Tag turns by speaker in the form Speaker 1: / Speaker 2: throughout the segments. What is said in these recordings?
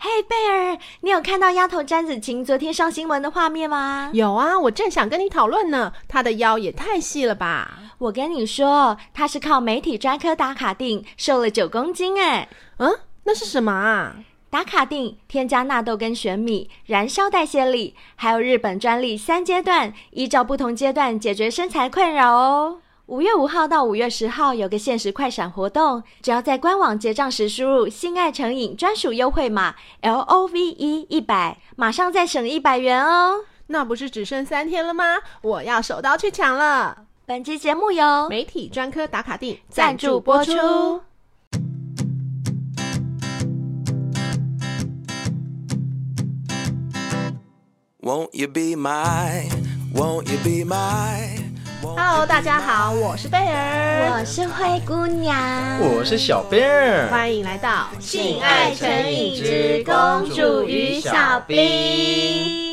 Speaker 1: 嘿，贝尔，你有看到丫头詹子晴昨天上新闻的画面吗？
Speaker 2: 有啊，我正想跟你讨论呢。她的腰也太细了吧？
Speaker 1: 我跟你说，她是靠媒体专科打卡定瘦了九公斤哎。
Speaker 2: 嗯，那是什么啊？
Speaker 1: 打卡定添加纳豆跟玄米，燃烧代谢力，还有日本专利三阶段，依照不同阶段解决身材困扰哦。五月五号到五月十号有个限时快闪活动，只要在官网结账时输入“心爱成瘾”专属优惠码 L O V E 一百，马上再省一百元哦。
Speaker 2: 那不是只剩三天了吗？我要手刀去抢了！
Speaker 1: 本期节目由
Speaker 2: 媒体专科打卡定
Speaker 1: 赞助播出。
Speaker 3: Won't you be my? Won't you be my? won't
Speaker 2: Hello，
Speaker 3: you
Speaker 2: 大
Speaker 3: be
Speaker 2: 家
Speaker 3: my-
Speaker 2: 好，我是贝尔，
Speaker 1: 我是灰姑娘，
Speaker 4: 我是小贝 儿，
Speaker 2: 欢迎来到
Speaker 1: 性爱成瘾之公主与小兵。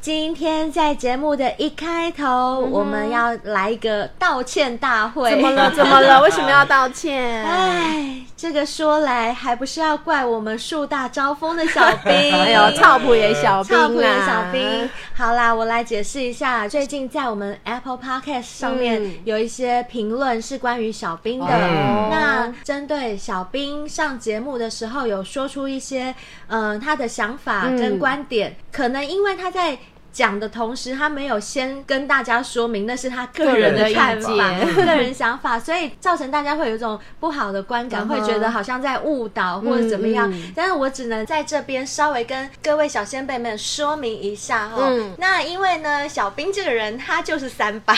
Speaker 1: 今天在节目的一开头，我们要来一个道歉大会。
Speaker 2: 怎 么了？怎么了？为什么要道歉？
Speaker 1: 哎，这个说来还不是要怪我们树大招风的小兵。
Speaker 2: 哎呦，操谱也小兵啊
Speaker 1: 靠谱
Speaker 2: 啦，
Speaker 1: 的小兵，好啦，我来解释一下，最近在我们 Apple Podcast 上
Speaker 2: 嗯
Speaker 1: 面有一些评论是关于小兵的。
Speaker 4: 哦
Speaker 1: 那针对小兵上节目的时候，有说出一些嗯、呃他的想法跟
Speaker 2: 嗯
Speaker 1: 观点，可能因为他在。讲的同时，他没有先跟大家说明那是他个人
Speaker 2: 个人的意
Speaker 1: 看法、
Speaker 2: 见
Speaker 1: 个人想法，所以造成大家会有一种不好的观感，
Speaker 2: 嗯哼
Speaker 1: 会觉得好像在误导或者怎么样。
Speaker 2: 嗯嗯
Speaker 1: 但是我只能在这边稍微跟各位小先辈们说明一下哈、
Speaker 2: 嗯
Speaker 1: 那因为呢，小兵这个人他就是三 八，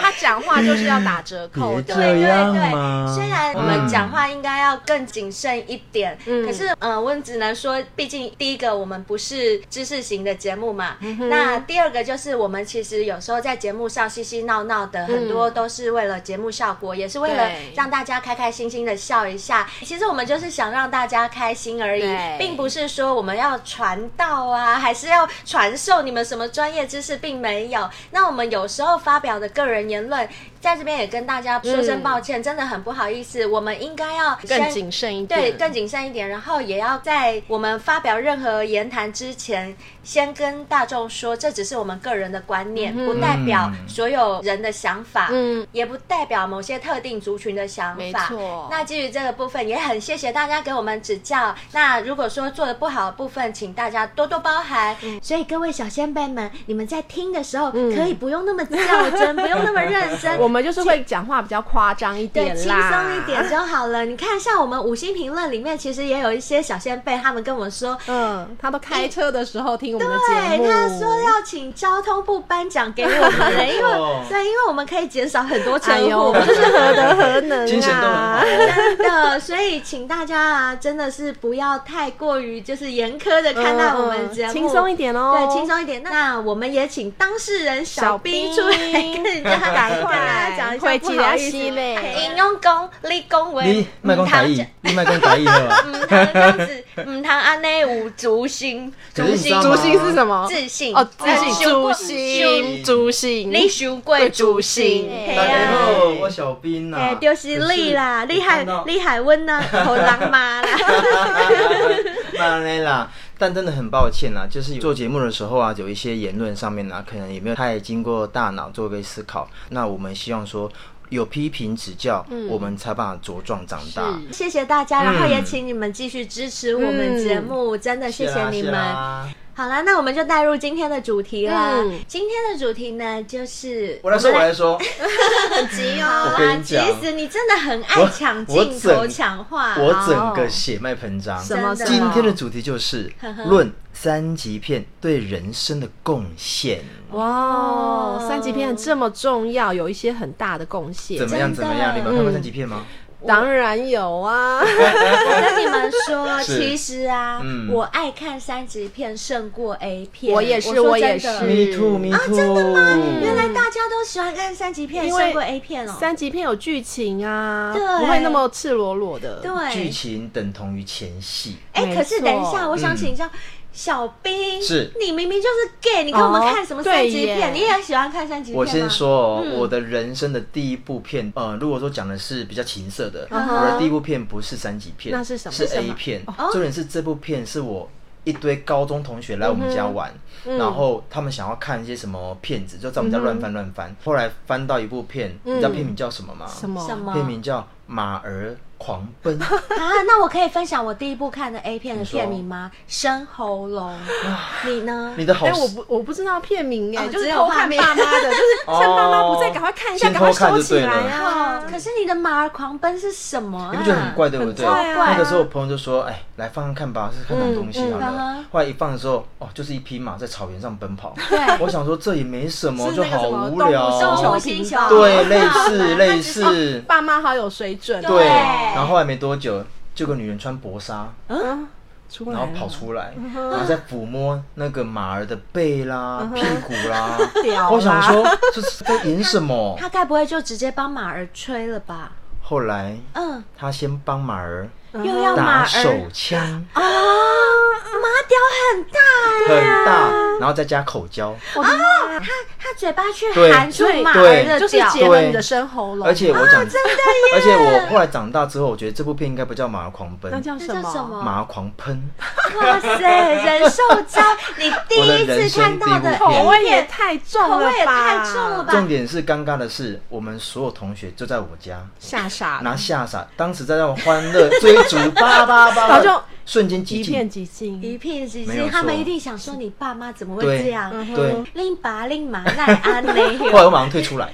Speaker 2: 他讲话就是要打折扣
Speaker 4: 别
Speaker 2: 的。
Speaker 4: 这样吗？
Speaker 1: 虽然我们讲话应该要更谨慎一点，
Speaker 2: 嗯
Speaker 1: 可是嗯、呃我只能说，毕竟第一个我们不是知识型的节目嘛，
Speaker 2: 嗯
Speaker 1: 那第二个就是我们其实有时候在节目上嬉嬉闹闹的，很多都是为了节目效果，也是为了
Speaker 2: 嗯对
Speaker 1: 让大家开开心心的笑一下。其实我们就是想让大家开心而已
Speaker 2: 对，
Speaker 1: 并不是说我们要传道啊，还是要传授你们什么专业知识，并没有。那我们有时候发表的个人言论。在这边也跟大家说声
Speaker 2: 嗯
Speaker 1: 抱歉，真的很不好意思，我们应该要
Speaker 2: 更
Speaker 1: 先
Speaker 2: 谨慎一点，
Speaker 1: 对，更谨慎一点，然后也要在我们发表任何言谈之前，先跟大众说，这只是我们个人的观念，不代表所有人的想法，
Speaker 2: 嗯
Speaker 1: 也不代表某些特定族群的想
Speaker 2: 没
Speaker 1: 法。
Speaker 2: 错
Speaker 1: 那基于这个部分，也很谢谢大家给我们指教。那如果说做的不好的部分，请大家多多包涵。所以各位小先辈们，你们在听的时候，
Speaker 2: 嗯
Speaker 1: 可以不用那么较真，不用那么认 真，
Speaker 2: 我们就是会讲话比较夸张一
Speaker 1: 对，
Speaker 2: 点
Speaker 1: 轻
Speaker 2: 啦，
Speaker 1: 松一点就好了。你看，像我们五星评论里面，其实也有一些小先辈，他们跟我说。
Speaker 2: 嗯，他都开车的时候听我们的节目，
Speaker 1: 对，他说要请交通部颁奖给我 们，因
Speaker 4: 哦
Speaker 1: 为对，因为我们可以减少很多
Speaker 2: 哎
Speaker 1: 车
Speaker 2: 呦，
Speaker 1: 祸
Speaker 2: 我，们就是何德何能啊，
Speaker 4: 精神都很好，
Speaker 1: 真的，所以请大家啊，真的是不要太过于就是严苛的看待我们节目，
Speaker 2: 嗯嗯轻松一点哦
Speaker 1: 对，轻松一点。那我们也请当事人小兵
Speaker 2: 小
Speaker 1: 出
Speaker 2: 兵
Speaker 1: 来跟人家
Speaker 2: 赶快
Speaker 1: 跟大家 讲一下，
Speaker 2: 会
Speaker 1: 不
Speaker 2: 起来
Speaker 1: 好意思
Speaker 2: 吸嘞
Speaker 1: 应用功，立功为
Speaker 4: 你卖讲台语，
Speaker 1: 嗯
Speaker 4: 你卖讲台语 好吧？
Speaker 1: 唔通这样子，唔通安内无足心，
Speaker 4: 可是
Speaker 1: 足
Speaker 4: 你知
Speaker 1: 心
Speaker 4: 道
Speaker 2: 猪
Speaker 4: 吗
Speaker 2: 心是什么？
Speaker 1: 自信
Speaker 2: 哦，自信，
Speaker 1: 哎
Speaker 2: 猪
Speaker 1: 想过
Speaker 2: 心，猪心，
Speaker 1: 你修过足心，嘿
Speaker 4: 大家
Speaker 1: 啊，
Speaker 4: 好，我小兵呐、
Speaker 1: 哎，就是你啦，
Speaker 4: 可
Speaker 1: 厉
Speaker 4: 是
Speaker 1: 害
Speaker 4: 我看到
Speaker 1: 厉害温呐，好啊人骂 啦，
Speaker 4: 当然啦，但真的很抱歉啦，就是做节目的时候啊，有一些言论上面呢、啊可能也没有太经过大脑做个思考。那我们希望说有批评指教，
Speaker 1: 嗯
Speaker 4: 我们才办法茁壮长大。
Speaker 1: 谢谢大家，然后也
Speaker 4: 嗯
Speaker 1: 请你们继续支持我们节目，真的谢谢
Speaker 4: 啦
Speaker 1: 你
Speaker 4: 是啊
Speaker 1: 们。
Speaker 4: 啦
Speaker 1: 好啦，那我们就带入今天的主题啦
Speaker 2: 嗯。
Speaker 1: 今天的主题呢，就是
Speaker 4: 我来说，我来说，
Speaker 1: 很急哦
Speaker 4: 我
Speaker 1: 啦
Speaker 4: 跟，你
Speaker 1: 其
Speaker 4: 讲
Speaker 1: 实你真的很爱
Speaker 4: 我
Speaker 1: 抢
Speaker 4: 我
Speaker 1: 镜头、
Speaker 4: 整
Speaker 1: 抢话，
Speaker 4: 我整
Speaker 1: 哦
Speaker 4: 个血脉膨胀。
Speaker 2: 什么？
Speaker 1: 真
Speaker 2: 什
Speaker 1: 的
Speaker 2: 么
Speaker 4: 今天的主题就是论三级片对人生的贡献。
Speaker 2: 哇，
Speaker 1: 哦
Speaker 2: 三级片这么重要，有一些很大的贡献
Speaker 4: 怎，么样？
Speaker 1: 真的
Speaker 4: 怎么样？你们看过三级片吗？
Speaker 2: 当然有啊，
Speaker 1: 我跟你们说，
Speaker 4: 是
Speaker 1: 其实啊，
Speaker 4: 嗯
Speaker 1: 我爱看三级片胜过 A 片。
Speaker 2: 我也是，
Speaker 1: 说
Speaker 2: 我也
Speaker 1: 真的
Speaker 2: 是
Speaker 4: Me too, me too。真的吗
Speaker 1: 原来大家都喜欢看三级片
Speaker 2: 因为
Speaker 1: 胜过 A 片哦。
Speaker 2: 三级片有剧情啊，
Speaker 1: 对
Speaker 2: 不会那么赤裸裸的。
Speaker 1: 对，
Speaker 4: 剧情等同于前戏，
Speaker 1: 哎、
Speaker 2: 没
Speaker 1: 可是等一下，
Speaker 2: 错
Speaker 1: 我想请教。小兵
Speaker 4: 嗯是
Speaker 1: 你明明就是 gay，你给我们
Speaker 2: 哦
Speaker 1: 看什么三级
Speaker 2: 对耶
Speaker 1: 片？你也喜欢看三级片
Speaker 2: 啊
Speaker 1: 吗？
Speaker 4: 我先说哦，
Speaker 1: 嗯
Speaker 4: 我的人生的第一部片，
Speaker 2: 嗯
Speaker 4: 呃，如果说讲的是比较情色的，
Speaker 1: 嗯哼
Speaker 4: 我的第一部片不是三级片，
Speaker 2: 那是什么
Speaker 4: 是
Speaker 2: 是什么哦
Speaker 4: A 片。重点是这部片是我一堆高中同学来我们家玩，
Speaker 2: 嗯
Speaker 4: 然后他们想要看一些什么片子，就在我们家乱翻乱翻。后来翻到一部片，你知道片名叫什么吗？
Speaker 2: 嗯什么
Speaker 1: 什么
Speaker 4: 片名叫《马儿狂奔》。
Speaker 1: 啊？那我可以分享我第一部看的 A 片的片名吗？生喉咙，你呢？
Speaker 4: 啊你的 好
Speaker 2: 哎、，我不我不知道片名哎、
Speaker 1: 哦
Speaker 2: 就是
Speaker 1: 只有
Speaker 2: 偷
Speaker 1: 画
Speaker 2: 看
Speaker 1: 面
Speaker 2: 爸妈的，就是趁爸妈不在，赶快哦看一下，
Speaker 4: 哦
Speaker 2: 赶快
Speaker 4: 先偷看
Speaker 2: 收
Speaker 4: 就
Speaker 2: 起来
Speaker 4: 对
Speaker 1: 啊
Speaker 2: 啊！！
Speaker 1: 可是你的马儿狂奔是什么啊？
Speaker 4: 你不觉得很怪对不对？
Speaker 2: 很怪啊
Speaker 4: 那个时候我朋友就说：“哎，来放放看吧，是看什么东西好
Speaker 1: 嗯嗯
Speaker 4: 了。”后来一放的时候，哦，就是一匹马在草原上奔 跑。
Speaker 1: 对
Speaker 4: 我想说这也没什么，
Speaker 2: 是
Speaker 4: 就
Speaker 2: 那个
Speaker 4: 好
Speaker 2: 什么
Speaker 4: 无
Speaker 2: 动物
Speaker 4: 聊。
Speaker 2: 星
Speaker 1: 球
Speaker 2: 频
Speaker 1: 星球
Speaker 2: 道
Speaker 4: 对，
Speaker 2: 啊
Speaker 4: 类似类
Speaker 2: 哦
Speaker 4: 似，
Speaker 2: 爸妈好有水准，
Speaker 1: 对
Speaker 4: 对。然后后来没多久，就有个女人穿薄纱，
Speaker 2: 嗯，出来
Speaker 4: 然后跑出来，
Speaker 2: 嗯
Speaker 4: 然后再抚摸那个马儿的背啦、屁股啦。
Speaker 2: 屌啦
Speaker 4: 我想说这是在演什么？
Speaker 1: 他该不会就直接帮马儿吹了吧？
Speaker 4: 后来
Speaker 1: 嗯，
Speaker 4: 他先帮马儿
Speaker 2: 嗯
Speaker 1: 又
Speaker 2: 啊
Speaker 1: 要马
Speaker 4: 打
Speaker 1: 儿
Speaker 4: 手枪，
Speaker 1: 啊，马屌很大哎、
Speaker 4: 嗯很大，
Speaker 2: 啊
Speaker 4: 然后再加口交。
Speaker 1: 哦，他他嘴巴去
Speaker 4: 对
Speaker 1: 含住马儿
Speaker 4: 对
Speaker 1: 的
Speaker 2: 就是
Speaker 1: 屌，
Speaker 2: 结合你的生喉咙，
Speaker 4: 而且我讲，而且我后来长大之后，我觉得这部片应该不叫《马儿狂奔
Speaker 2: 那》，叫
Speaker 1: 那
Speaker 2: 什
Speaker 1: 叫
Speaker 2: 么？
Speaker 1: 什么？
Speaker 4: 马儿狂喷。
Speaker 1: 哇塞，人兽交，你第
Speaker 4: 我的
Speaker 1: 一
Speaker 4: 人
Speaker 1: 次看
Speaker 4: 生
Speaker 1: 到的
Speaker 4: 第一部
Speaker 2: 口
Speaker 1: A
Speaker 2: 味也
Speaker 1: 片，
Speaker 2: 太重了吧，
Speaker 1: 口味也太重了吧
Speaker 4: 重点是尴尬的是，我们所有同学就在我家。
Speaker 2: 吓傻了
Speaker 4: 拿。下傻，当时在那种欢乐追逐，叭叭叭，
Speaker 2: 然后就
Speaker 4: 瞬间
Speaker 2: 极
Speaker 4: 激
Speaker 2: 片
Speaker 4: 进，
Speaker 2: 极
Speaker 1: 一
Speaker 2: 尽，
Speaker 1: 片喜
Speaker 4: 没有
Speaker 1: 气，
Speaker 4: 错
Speaker 1: 他们一定想说你爸妈怎么会这
Speaker 4: 对嗯
Speaker 1: 样？
Speaker 4: 对。
Speaker 1: 令拔令麻奈安内，
Speaker 4: 后来我马上退出来，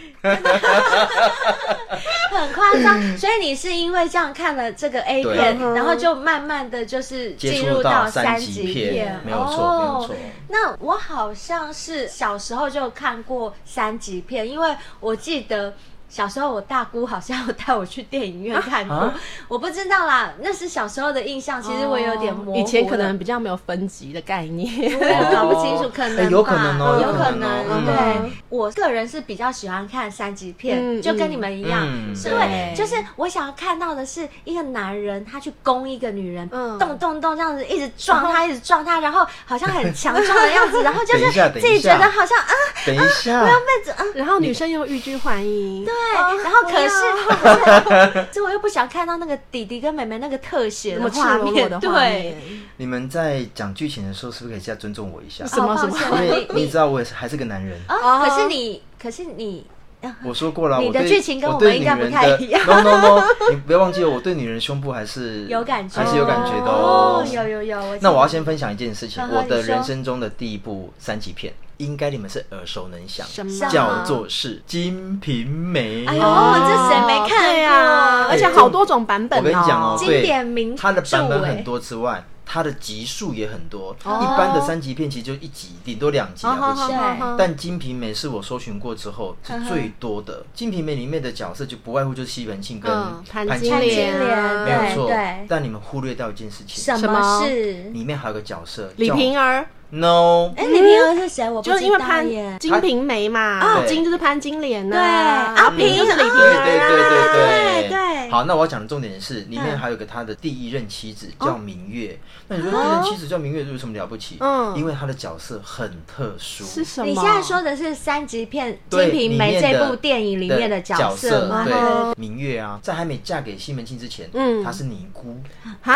Speaker 1: 很夸张。所以你是因为这样看了这个 A
Speaker 4: 对
Speaker 1: 片，
Speaker 2: 嗯嗯哼
Speaker 1: 然后就慢慢的就是
Speaker 4: 接
Speaker 1: 进入
Speaker 4: 触到
Speaker 1: 三
Speaker 4: 三级
Speaker 1: 级
Speaker 4: 片，没有错，没
Speaker 1: 哦
Speaker 4: 有错。
Speaker 1: 那我好像是小时候就看过三级片，因为我记得小时候我大姑好像有带我去电影院看过，
Speaker 4: 啊
Speaker 1: 我不知道啦，那是小时候的印象，其实我有点模糊了、
Speaker 2: 哦以前可能比较没有分级的概念。
Speaker 1: 我也 搞不清楚，可能吧、
Speaker 4: 哦哎有可能哦
Speaker 1: 有
Speaker 4: 有
Speaker 1: 可
Speaker 4: 可能哦
Speaker 1: 能
Speaker 4: 嗯
Speaker 1: 对，我个人是比较喜欢看三级片，
Speaker 2: 嗯
Speaker 1: 就跟你们一样，
Speaker 4: 嗯
Speaker 1: 是因为
Speaker 2: 对
Speaker 1: 就是我想要看到的是一个男人他去攻一个女人，
Speaker 2: 嗯
Speaker 1: 动动动这样子一直撞她，一直撞她，然后好像很强壮的样子，然后就是
Speaker 4: 等一下等一
Speaker 1: 自己觉得
Speaker 4: 下
Speaker 1: 好像啊
Speaker 4: 等一 下，
Speaker 1: 被子啊。
Speaker 2: 然后女生又欲拒还迎，哦
Speaker 1: 对，然后可是， 可是， 这我又不想看到那个弟弟跟妹妹那个特写
Speaker 2: 那
Speaker 1: 的
Speaker 2: 么赤
Speaker 1: 画
Speaker 2: 裸裸
Speaker 1: 面，
Speaker 2: 的画
Speaker 1: 对
Speaker 2: 面，，
Speaker 4: 你们在讲剧情的时候，是不是可以再尊重我一下？
Speaker 2: 什
Speaker 1: 哦
Speaker 2: 么
Speaker 1: 抱
Speaker 2: 什么哦
Speaker 1: 歉
Speaker 4: 因为
Speaker 1: 你
Speaker 4: 你知道我也是还是个男人。
Speaker 1: 啊，可是你，可是你，啊
Speaker 4: 我说过了，
Speaker 1: 你
Speaker 4: 我
Speaker 1: 的
Speaker 4: 对
Speaker 1: 剧情跟
Speaker 4: 我
Speaker 1: 我们
Speaker 4: 对
Speaker 1: 应该
Speaker 4: 女人
Speaker 1: 不太
Speaker 4: 的
Speaker 1: 一样
Speaker 4: No no no，你不要忘记，我对女人胸部还是
Speaker 1: 有感觉，
Speaker 4: 还是有感觉的
Speaker 1: 哦
Speaker 4: 哦。
Speaker 1: 有有有，我
Speaker 4: 那我要先分享一件事情
Speaker 1: 呵，呵
Speaker 4: 我的
Speaker 1: 你说
Speaker 4: 人生中的第一部三级片，应该你们是耳熟能详，
Speaker 2: 什么
Speaker 4: 叫做是《金瓶梅》。
Speaker 1: 哎
Speaker 2: 哦
Speaker 1: 呦这谁没看过
Speaker 2: 对啊
Speaker 1: 哎
Speaker 2: 而且好多种版本
Speaker 4: 我跟你讲哦，
Speaker 1: 经
Speaker 4: 对
Speaker 1: 典名
Speaker 4: 它的版本
Speaker 1: 著哎哦
Speaker 4: 很多之外，它的集数也很多。一般的三级片其实就一集，顶多两集了不
Speaker 1: 好
Speaker 4: 起。
Speaker 1: 好
Speaker 2: 好
Speaker 4: 但《金瓶梅》是我搜寻过之后是最多的，《金瓶梅》里面的角色就不外乎就是西门庆跟
Speaker 2: 嗯，
Speaker 4: 潘
Speaker 2: 金
Speaker 1: 金
Speaker 4: 莲，
Speaker 1: 莲
Speaker 2: 莲，
Speaker 4: 没有错
Speaker 1: 对。
Speaker 4: 但你们忽略掉一件事情，
Speaker 1: 什
Speaker 2: 什
Speaker 1: 么
Speaker 2: 么
Speaker 1: 事？
Speaker 4: 里面还有个角色
Speaker 2: 李
Speaker 4: 叫
Speaker 2: 瓶儿
Speaker 4: No，
Speaker 1: 哎，李瓶儿是谁？我不
Speaker 2: 嗯就是因为
Speaker 1: 知道
Speaker 2: 潘
Speaker 1: 耶
Speaker 2: 金瓶梅嘛，
Speaker 4: 啊
Speaker 2: 金就是潘金莲呐，
Speaker 1: 对阿
Speaker 2: 瓶就是李瓶
Speaker 4: 对对
Speaker 2: 儿啊，
Speaker 4: 对对
Speaker 1: 对
Speaker 4: 好，那我要讲的重点是，里面
Speaker 1: 嗯
Speaker 4: 还有个他的第一任妻子叫明月。那你说第一任妻子叫明月有什么了不起？
Speaker 2: 嗯
Speaker 4: 因为她的角色很特殊。
Speaker 2: 是什么？
Speaker 1: 你现在说的是三级片《
Speaker 4: 对
Speaker 1: 金瓶梅》
Speaker 4: 里面
Speaker 1: 这
Speaker 4: 的
Speaker 1: 部电影里面的角
Speaker 4: 角
Speaker 1: 色吗？哦
Speaker 4: 对，明月啊，在还没嫁给西门庆之前，
Speaker 2: 嗯
Speaker 4: 她是尼姑，
Speaker 2: 啊，
Speaker 4: 她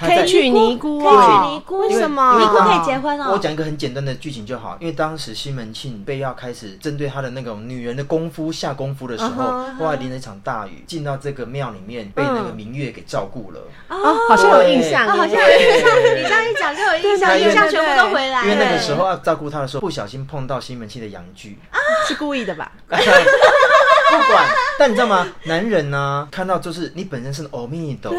Speaker 2: 可
Speaker 4: 在啊
Speaker 2: 以娶尼姑
Speaker 1: 可以
Speaker 2: 哦，
Speaker 1: 娶尼姑啊
Speaker 2: 为
Speaker 1: 因
Speaker 2: 什
Speaker 1: 为尼姑
Speaker 2: 么？
Speaker 1: 可以结婚哦
Speaker 4: 我讲一个很简单的剧情就好，因为当时西门庆被要开始针对他的那种女人的功夫下功夫的时
Speaker 1: 啊
Speaker 4: 候，哇，淋了一场大雨，进到这个庙里面被那个明月给照顾了。
Speaker 2: 哦，好像有印象
Speaker 1: 啊，好像
Speaker 2: 耶，
Speaker 1: 有印象，你这样一 讲就有印象，
Speaker 4: 对对
Speaker 1: 印象
Speaker 2: 对
Speaker 1: 全部都回来了。
Speaker 4: 因为那个时候要照顾他的时候，不小心碰到西门庆的阳 具，
Speaker 2: 是故意的吧？
Speaker 4: 不管。但你知道吗？男人呢、看到就是你本身是欧米斗，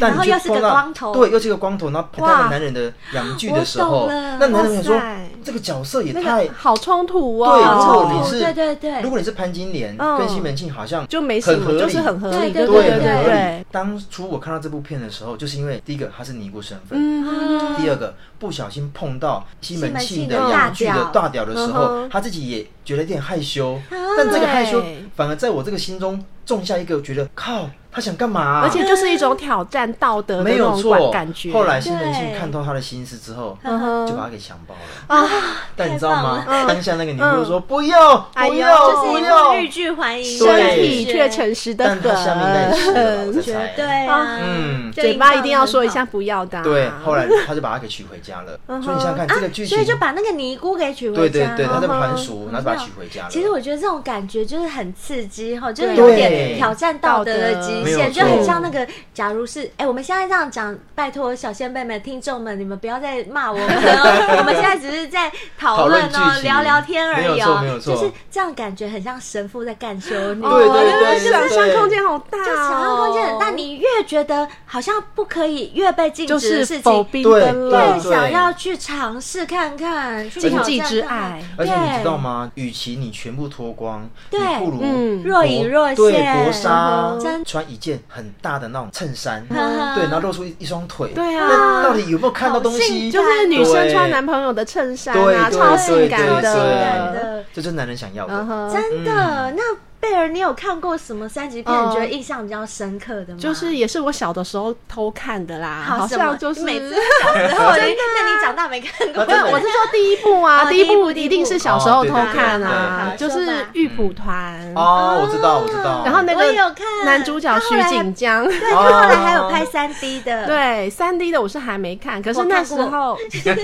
Speaker 4: 但
Speaker 1: 然后
Speaker 4: 你
Speaker 1: 又
Speaker 4: 就是
Speaker 1: 个
Speaker 4: 碰到
Speaker 1: 光头
Speaker 4: 对，又是一个光头，然后碰
Speaker 2: 哇
Speaker 4: 到男人的阳具的时
Speaker 1: 我
Speaker 4: 候
Speaker 1: 懂了，
Speaker 4: 那男人想
Speaker 2: 哇
Speaker 4: 说
Speaker 2: 塞
Speaker 4: 这个角色也
Speaker 2: 那
Speaker 4: 太
Speaker 2: 个好冲突
Speaker 4: 对，
Speaker 2: 哦，
Speaker 4: 如
Speaker 1: 好
Speaker 4: 果
Speaker 1: 冲
Speaker 4: 你
Speaker 1: 突
Speaker 4: 是
Speaker 1: 对对对
Speaker 4: 如果你是潘金莲
Speaker 2: 嗯
Speaker 4: 跟西门庆，好像
Speaker 2: 就没什
Speaker 4: 合
Speaker 2: 么，
Speaker 4: 理
Speaker 2: 就是很合理，
Speaker 1: 对对
Speaker 2: 对
Speaker 4: 很
Speaker 2: 对
Speaker 1: 对
Speaker 4: 合
Speaker 2: 对
Speaker 4: 理。。当初我看到这部片的时候，就是因为第一个她是尼姑身份，
Speaker 2: 嗯，
Speaker 4: 第二个不小心碰到西门庆的
Speaker 1: 西门庆的
Speaker 4: 阳具
Speaker 1: 大
Speaker 4: 的
Speaker 1: 屌
Speaker 4: 大屌的时
Speaker 2: 嗯
Speaker 4: 候，
Speaker 2: 哼
Speaker 4: 她自己也觉得有点害羞，但这个害羞
Speaker 2: 对
Speaker 4: 反而在我这个心中种下一个觉得靠。他想干嘛啊、
Speaker 2: 而且就是一种挑战道德的
Speaker 4: 没
Speaker 2: 那
Speaker 4: 有
Speaker 2: 种
Speaker 4: 错
Speaker 2: 感，感觉。
Speaker 4: 后来新人性
Speaker 1: 对
Speaker 4: 看透他的心思之后，
Speaker 2: 嗯
Speaker 4: 就
Speaker 2: 哼，
Speaker 4: 把他给强暴了。
Speaker 1: 嗯
Speaker 2: 啊，
Speaker 4: 但你知道吗？
Speaker 2: 棒了
Speaker 4: 当下那个女朋友说：“不要，
Speaker 2: 哎
Speaker 4: 不
Speaker 2: 呦
Speaker 4: 要，
Speaker 2: 这
Speaker 1: 是
Speaker 4: 不
Speaker 1: 一
Speaker 4: 要
Speaker 1: 部。日剧还迎
Speaker 4: 对
Speaker 2: 身体却诚实”的
Speaker 4: 但他下面应该也是了吧，我
Speaker 2: 很，
Speaker 4: 在
Speaker 1: 绝
Speaker 4: 猜。
Speaker 1: 对啊，
Speaker 4: 嗯
Speaker 1: 这
Speaker 2: 嘴巴一定要
Speaker 1: 棒
Speaker 2: 说一
Speaker 1: 很
Speaker 2: 下
Speaker 1: 好。
Speaker 2: 不要的啊。
Speaker 4: 对，后来他就把他给娶回家了。所以你想想看，这个剧情，
Speaker 1: 嗯所以就把那个尼姑给娶
Speaker 4: 对
Speaker 1: 回
Speaker 4: 对
Speaker 1: 家。
Speaker 4: 对，他在
Speaker 1: 哦
Speaker 4: 盘熟，然后就把他娶回家了。
Speaker 1: 其实我觉得这种感觉就是很刺激哈，就是
Speaker 2: 对
Speaker 1: 有点挑战道德的极
Speaker 4: 没有
Speaker 1: 限，
Speaker 4: 错
Speaker 1: 就很像那个，假如是哎，我们现在这样讲，拜托小先辈们、听众们，你们不要再骂我们 了，哦我们现在只是在讨论
Speaker 4: 讨论
Speaker 1: 哦
Speaker 4: 剧，情
Speaker 1: 聊聊天而
Speaker 4: 没
Speaker 1: 已
Speaker 4: 有错没
Speaker 1: 哦
Speaker 4: 有，错
Speaker 1: 就是这样感觉很像神父在干修女。
Speaker 2: 哦，
Speaker 4: 对对对
Speaker 2: 就是想
Speaker 4: 对
Speaker 2: 象空间好大哦，
Speaker 1: 就想象空间很大，你越觉得好像不可以，越被禁
Speaker 2: 就
Speaker 1: 止的
Speaker 2: 是
Speaker 1: 事
Speaker 2: 否
Speaker 1: 情，
Speaker 2: 定的
Speaker 4: 对
Speaker 2: 了
Speaker 1: 越
Speaker 4: 对。
Speaker 1: 想要去尝试看看。去
Speaker 2: 禁忌
Speaker 1: 挑战
Speaker 2: 之
Speaker 1: 看看
Speaker 2: 爱
Speaker 4: 而且你
Speaker 1: 对
Speaker 4: 知道吗？与其你全部脱光，你
Speaker 1: 对
Speaker 4: 不如
Speaker 2: 嗯
Speaker 1: 若隐若现
Speaker 4: 对，薄纱
Speaker 1: 嗯真，嗯
Speaker 4: 穿一件很大的那种衬衫，
Speaker 1: 呵呵
Speaker 4: 对，然后露出一一双腿，
Speaker 2: 对啊
Speaker 4: 那到底有没有看到东
Speaker 1: 好性
Speaker 4: 西？
Speaker 2: 就是女生
Speaker 4: 对
Speaker 2: 穿男朋友的衬衫啊，
Speaker 4: 对对
Speaker 2: 超性感
Speaker 1: 对对对
Speaker 2: 的。
Speaker 1: 的
Speaker 4: 这就是男人想要
Speaker 2: 嗯
Speaker 4: 的。
Speaker 2: 哼，
Speaker 1: 真的，那贝尔，你有看过什么三级片？你觉得印象比较深刻的吗？
Speaker 2: 哦就是也是我小的时候偷看的啦，
Speaker 1: 好
Speaker 2: 好
Speaker 1: 什么
Speaker 2: 像就是
Speaker 1: 每 次 小时候，
Speaker 2: 真的啊
Speaker 1: 那你长大没看过？
Speaker 4: 啊真的
Speaker 2: 我是说第一部啊，
Speaker 1: 哦
Speaker 2: 第一部
Speaker 1: 第一部
Speaker 2: 一定是小时候偷看啊
Speaker 1: 哦，对
Speaker 2: 就
Speaker 1: 对对对
Speaker 2: 是玉蒲团，
Speaker 4: 哦，我知道，我知道。
Speaker 2: 然后那
Speaker 1: 我
Speaker 2: 个
Speaker 1: 也有看
Speaker 2: 男主角徐锦江，
Speaker 1: 对，他后来还有拍三 D 的。，
Speaker 2: 对，三 D 的我是还没看，可是那时候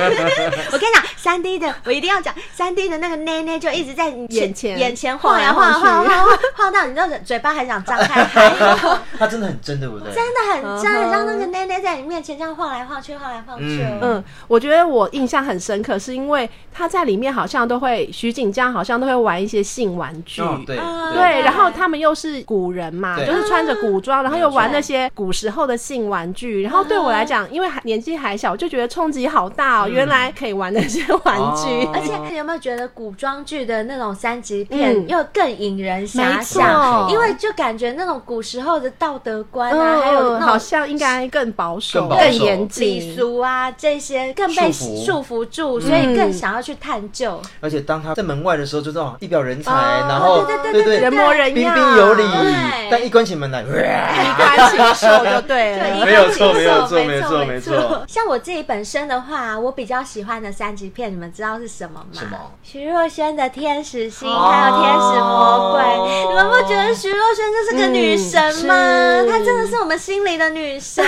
Speaker 1: 我跟你讲，三 D 的我一定要讲，三 D 个的那个内内就一直在你
Speaker 2: 眼前
Speaker 1: 眼前晃呀
Speaker 2: 晃
Speaker 1: 晃呀晃
Speaker 2: 来晃去
Speaker 1: 呀晃晃晃到你那个嘴巴还想张 开，还有
Speaker 4: 他真的很真，对不对？
Speaker 1: 真的很真，
Speaker 2: 嗯哼
Speaker 1: 很像那个内内在你面前这样晃来晃去，晃来晃去。
Speaker 4: 嗯
Speaker 2: 嗯，我觉得我印象很深刻，是因为他在里面好像都会徐锦江好像都会玩一些性玩具，
Speaker 4: 哦对
Speaker 1: 啊
Speaker 4: 对
Speaker 2: 对，然后他们又是古人嘛，
Speaker 4: 对
Speaker 2: 就是穿着古装，
Speaker 4: 嗯
Speaker 2: 然后又玩那些古时候的性玩具。然后对我来讲，因为还年纪还小，我就觉得冲击好大哦，原来可以玩那些玩具。
Speaker 1: 而
Speaker 4: 嗯哦
Speaker 1: 且你有没有觉得古装剧的那种三级片
Speaker 2: 嗯
Speaker 1: 又更引人遐
Speaker 2: 没
Speaker 1: 想？
Speaker 2: 错
Speaker 1: 因为就感觉那种古时候的道德观啊，
Speaker 2: 嗯，
Speaker 1: 还有那
Speaker 2: 好
Speaker 1: 种
Speaker 2: 像应该更保守、
Speaker 4: 更保守
Speaker 2: 严
Speaker 1: 礼
Speaker 2: 谨。
Speaker 1: 俗啊这些更被
Speaker 4: 束缚
Speaker 1: 束缚住，所以更想要去探究。
Speaker 2: 嗯
Speaker 4: 而且当他在门外的时候，就知道地表人才，
Speaker 2: 哦
Speaker 4: 然后
Speaker 1: 对对对
Speaker 4: 对
Speaker 1: 对
Speaker 2: 人模人
Speaker 4: 彬
Speaker 2: 样，
Speaker 4: 彬有礼
Speaker 1: 对，
Speaker 4: 但一关起门来，哇
Speaker 2: 衣冠禽兽就对
Speaker 1: 对，
Speaker 2: 了。
Speaker 4: 没有错
Speaker 1: 没
Speaker 4: 没有错
Speaker 1: 没
Speaker 4: 没错
Speaker 1: 没
Speaker 4: 没错。
Speaker 1: 像我自己本身的话，我比较喜欢的三级片，你们知道是什么吗？
Speaker 4: 什么？
Speaker 1: 徐若瑄的《天使心》
Speaker 4: 哦
Speaker 1: 还有《天使魔鬼》，你们不觉得徐若瑄就是个女神吗？
Speaker 2: 嗯是
Speaker 1: 她真的是我们心里的女 神。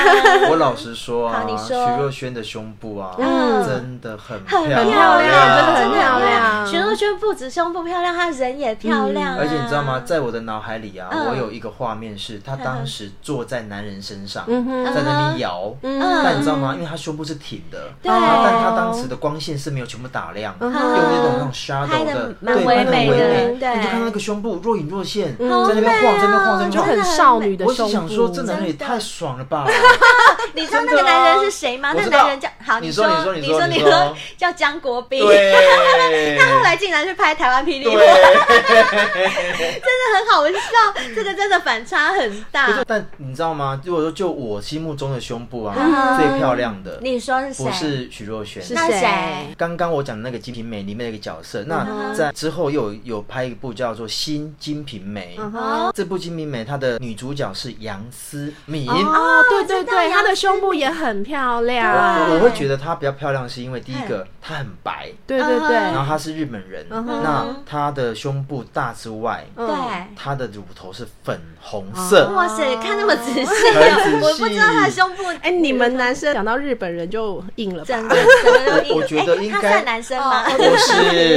Speaker 4: 我老实说啊
Speaker 1: 好，你
Speaker 4: 徐
Speaker 1: 说
Speaker 4: 若瑄的胸部啊，
Speaker 2: 嗯
Speaker 4: 真的很
Speaker 1: 很漂
Speaker 2: 亮
Speaker 1: 亮，
Speaker 2: 真的很漂亮
Speaker 1: 徐若瑄不止胸部漂亮，她人也漂亮、啊
Speaker 4: 而且你知道吗？？在我的脑海里啊，
Speaker 1: 嗯
Speaker 4: 我有一个画面是她当时坐在男人身上，
Speaker 2: 嗯哼
Speaker 4: 在那边摇。
Speaker 1: 嗯
Speaker 4: 但你知道吗？因为她胸部是挺的，
Speaker 1: 对嗯
Speaker 4: 然后但她当时的光线是没有全部打亮，用
Speaker 2: 哼
Speaker 4: 那种那种 shadow
Speaker 1: 拍得
Speaker 4: 的，
Speaker 1: 蛮
Speaker 4: 对，
Speaker 1: 唯
Speaker 4: 拍得
Speaker 1: 美
Speaker 4: 很唯
Speaker 1: 的
Speaker 4: 美。
Speaker 1: 对
Speaker 4: 你就看到那个胸部若隐若现，在
Speaker 1: 好
Speaker 4: 那边
Speaker 1: 美
Speaker 4: 晃，
Speaker 1: 啊
Speaker 4: 在那边晃，在
Speaker 1: 就
Speaker 4: 那边
Speaker 2: 就
Speaker 4: 晃
Speaker 1: 很。
Speaker 2: 很少女的
Speaker 4: 我
Speaker 2: 胸部。
Speaker 4: 只想说，这男人也
Speaker 1: 真的
Speaker 4: 太爽了吧！
Speaker 1: 你知道那个男人是谁吗？
Speaker 4: 我
Speaker 1: 那个
Speaker 4: 知道
Speaker 1: 男人叫好，
Speaker 4: 你
Speaker 1: 说
Speaker 4: 说
Speaker 1: 你
Speaker 4: 你说
Speaker 1: 你
Speaker 4: 你说你说
Speaker 1: 叫江国斌。
Speaker 4: 对，
Speaker 1: 他后来竟然去拍台湾霹雳，舞，
Speaker 4: 对。
Speaker 1: 真的很好笑，这个真的反差很
Speaker 4: 可是
Speaker 1: 大。
Speaker 4: 但你知道吗？如果说就我心目中的胸部
Speaker 1: 嗯
Speaker 4: 啊，最漂亮的
Speaker 1: 你说是谁？
Speaker 4: 不是徐若瑄，
Speaker 1: 那谁
Speaker 2: 谁？
Speaker 4: 刚刚我讲的那个《金瓶梅》里面的一个角色，那
Speaker 1: 哼
Speaker 4: 在之后又有有拍一部叫做《新金瓶梅》，
Speaker 1: 哦，
Speaker 4: 这部《金瓶梅》它的女主角是杨思敏。
Speaker 2: 哦，对对
Speaker 1: 知道
Speaker 2: 对，她
Speaker 1: 杨
Speaker 2: 的
Speaker 1: 紫
Speaker 2: 胸部也很漂亮。
Speaker 4: 我我会觉得她比较漂亮，是因为第一个她很白，
Speaker 2: 对对对，
Speaker 4: 然
Speaker 1: 嗯
Speaker 4: 后她是日本人，
Speaker 2: 哼
Speaker 4: 那她的胸部大之外，
Speaker 2: 嗯
Speaker 1: 对，
Speaker 4: 她的乳头是粉红色，
Speaker 1: 哦哇塞，看那么仔细
Speaker 4: 很
Speaker 1: 哦，
Speaker 4: 仔
Speaker 1: 我
Speaker 4: 细
Speaker 1: 不知道他胸部。
Speaker 2: 哎、你们男生讲到日本人就硬了吧？
Speaker 1: 整个整个都硬
Speaker 4: 我我觉得
Speaker 1: 哎
Speaker 4: 应
Speaker 1: 他
Speaker 4: 该
Speaker 1: 算男生吗？
Speaker 4: 我 是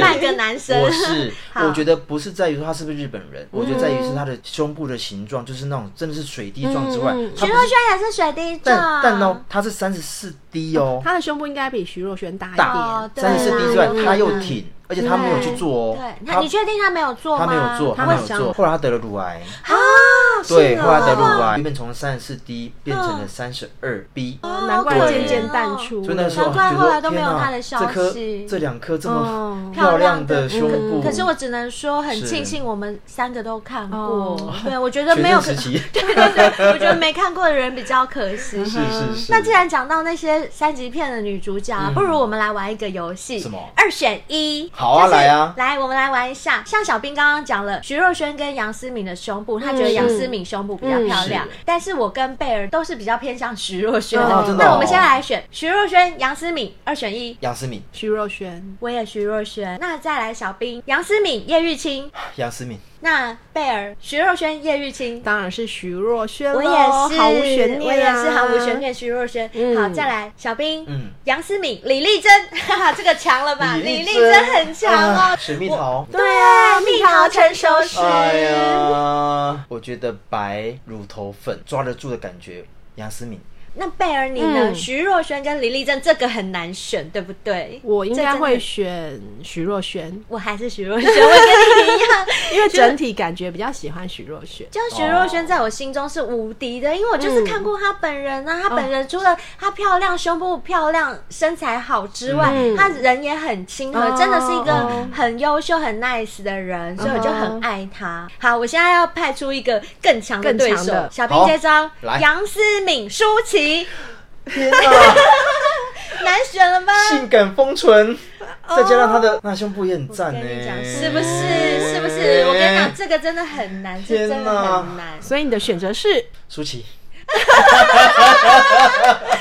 Speaker 1: 半个男生，
Speaker 4: 我是，
Speaker 1: 好
Speaker 4: 我觉得不是在于说她是不是日本人，我觉得在于是她的胸部的形状，就是那种真的是水滴状之外
Speaker 2: 嗯嗯嗯，
Speaker 4: 她
Speaker 1: 徐
Speaker 4: 不
Speaker 1: 若
Speaker 4: 是，
Speaker 1: 瑄也是水滴状
Speaker 4: 但，但哦，她是三十四滴哦，
Speaker 2: 她的胸部应该比徐若瑄大一
Speaker 4: 大
Speaker 2: 点。
Speaker 1: 哦对啦
Speaker 4: 三十四 D 之外
Speaker 1: 有可，能
Speaker 4: 他又挺，而且他没有去做哦
Speaker 1: 对，，那
Speaker 4: 他
Speaker 1: 你确定他没有做吗？
Speaker 4: 他没有做，
Speaker 2: 他
Speaker 4: 他没
Speaker 2: 会
Speaker 4: 有
Speaker 2: 想
Speaker 4: 做，后来他得了乳癌，
Speaker 1: 啊，
Speaker 4: 对，
Speaker 2: 哦
Speaker 4: 后来得乳癌，原本从三十四 D 变成了三十二 B。
Speaker 1: 嗯哦
Speaker 2: 难怪
Speaker 1: 对
Speaker 2: 渐渐淡出。
Speaker 4: 所以那时候我
Speaker 1: 难怪
Speaker 4: 觉得
Speaker 1: 后来都没有
Speaker 4: 天哪
Speaker 1: 他的消
Speaker 4: 这颗
Speaker 1: 息哦
Speaker 4: 这两颗这么
Speaker 2: 嗯
Speaker 4: 漂亮的胸部，
Speaker 1: 嗯可是我只能说很
Speaker 4: 是
Speaker 1: 庆幸我们三个都看过
Speaker 2: 哦，
Speaker 1: 对，我觉得
Speaker 4: 学
Speaker 1: 没有
Speaker 4: 生
Speaker 1: 可
Speaker 4: 时，期，
Speaker 1: 对对对，我觉得没看过的人比较可惜。
Speaker 4: 是是是。
Speaker 1: 那既 然讲到那些三级片的女主角啊，不如我们来玩一个游戏，
Speaker 4: 嗯什么
Speaker 1: 二选一，
Speaker 4: 好啊，
Speaker 1: 就是
Speaker 4: 来啊，
Speaker 1: 来，我们来玩一下。像小兵刚刚讲了，徐若瑄跟杨思敏的胸部，他觉得
Speaker 2: 嗯
Speaker 1: 杨思敏胸部比较漂亮，
Speaker 4: 嗯是
Speaker 1: 但是我跟贝尔都是比较偏向徐若瑄的。
Speaker 2: 哦真的哦
Speaker 1: 那我们先来选徐若瑄、杨思敏，二选一。
Speaker 4: 杨思敏，
Speaker 2: 徐若瑄，
Speaker 1: 我也徐若瑄，那再来小兵杨思敏、叶玉卿，
Speaker 4: 杨思敏，
Speaker 1: 那贝尔徐若瑄、叶玉卿，
Speaker 2: 当然是徐若瑄
Speaker 1: 我
Speaker 2: 咯
Speaker 1: 也是，
Speaker 2: 毫无悬念、啊，
Speaker 1: 我也是毫无悬。念。徐若瑄，
Speaker 2: 嗯
Speaker 1: 好，再来小兵，
Speaker 4: 嗯
Speaker 1: 杨思敏、李丽 珍，哈哈，这个强了吧？李丽珍很强
Speaker 4: 啊
Speaker 1: 哦。
Speaker 4: 水蜜桃。
Speaker 1: 对啊，蜜桃成熟时。
Speaker 4: 哎呀，我觉得白乳头粉抓得住的感觉，杨思敏。
Speaker 1: 那贝尔你呢？
Speaker 2: 嗯
Speaker 1: 徐若瑄跟李丽珍这个很难选，对不对？
Speaker 2: 我应该
Speaker 1: 这
Speaker 2: 会
Speaker 1: 真的，
Speaker 2: 选徐若瑄，
Speaker 1: 我还是徐若瑄，我跟你一样。
Speaker 2: 因为整体感觉比较喜欢徐若瑄。
Speaker 1: 就徐若瑄在我心中是无敌的，因为我就是看过她本人啊，她本人除了她漂亮、胸部漂亮、身材好之外，
Speaker 2: 嗯
Speaker 1: 她人也很亲和，
Speaker 2: 哦
Speaker 1: 真的是一个
Speaker 4: 哦
Speaker 1: 很优秀、很 nice 的人，所以我就很
Speaker 2: 嗯哼
Speaker 1: 爱她。好，我现在要派出一个更强的
Speaker 2: 更
Speaker 1: 对
Speaker 2: 强
Speaker 1: 手
Speaker 2: 的，
Speaker 1: 小兵
Speaker 4: 好
Speaker 1: 接招，
Speaker 4: 来
Speaker 1: 杨思敏、舒淇，
Speaker 4: 天啊，
Speaker 1: 难选了吧？
Speaker 4: 性感丰唇，再加上她的那胸部也很赞欸呢
Speaker 1: 哦跟你讲，是不是？是不是？我跟你讲，这个真的很难，这
Speaker 4: 天
Speaker 1: 真的
Speaker 4: 哪
Speaker 1: 很难。
Speaker 2: 所以你的选择是
Speaker 4: 舒淇，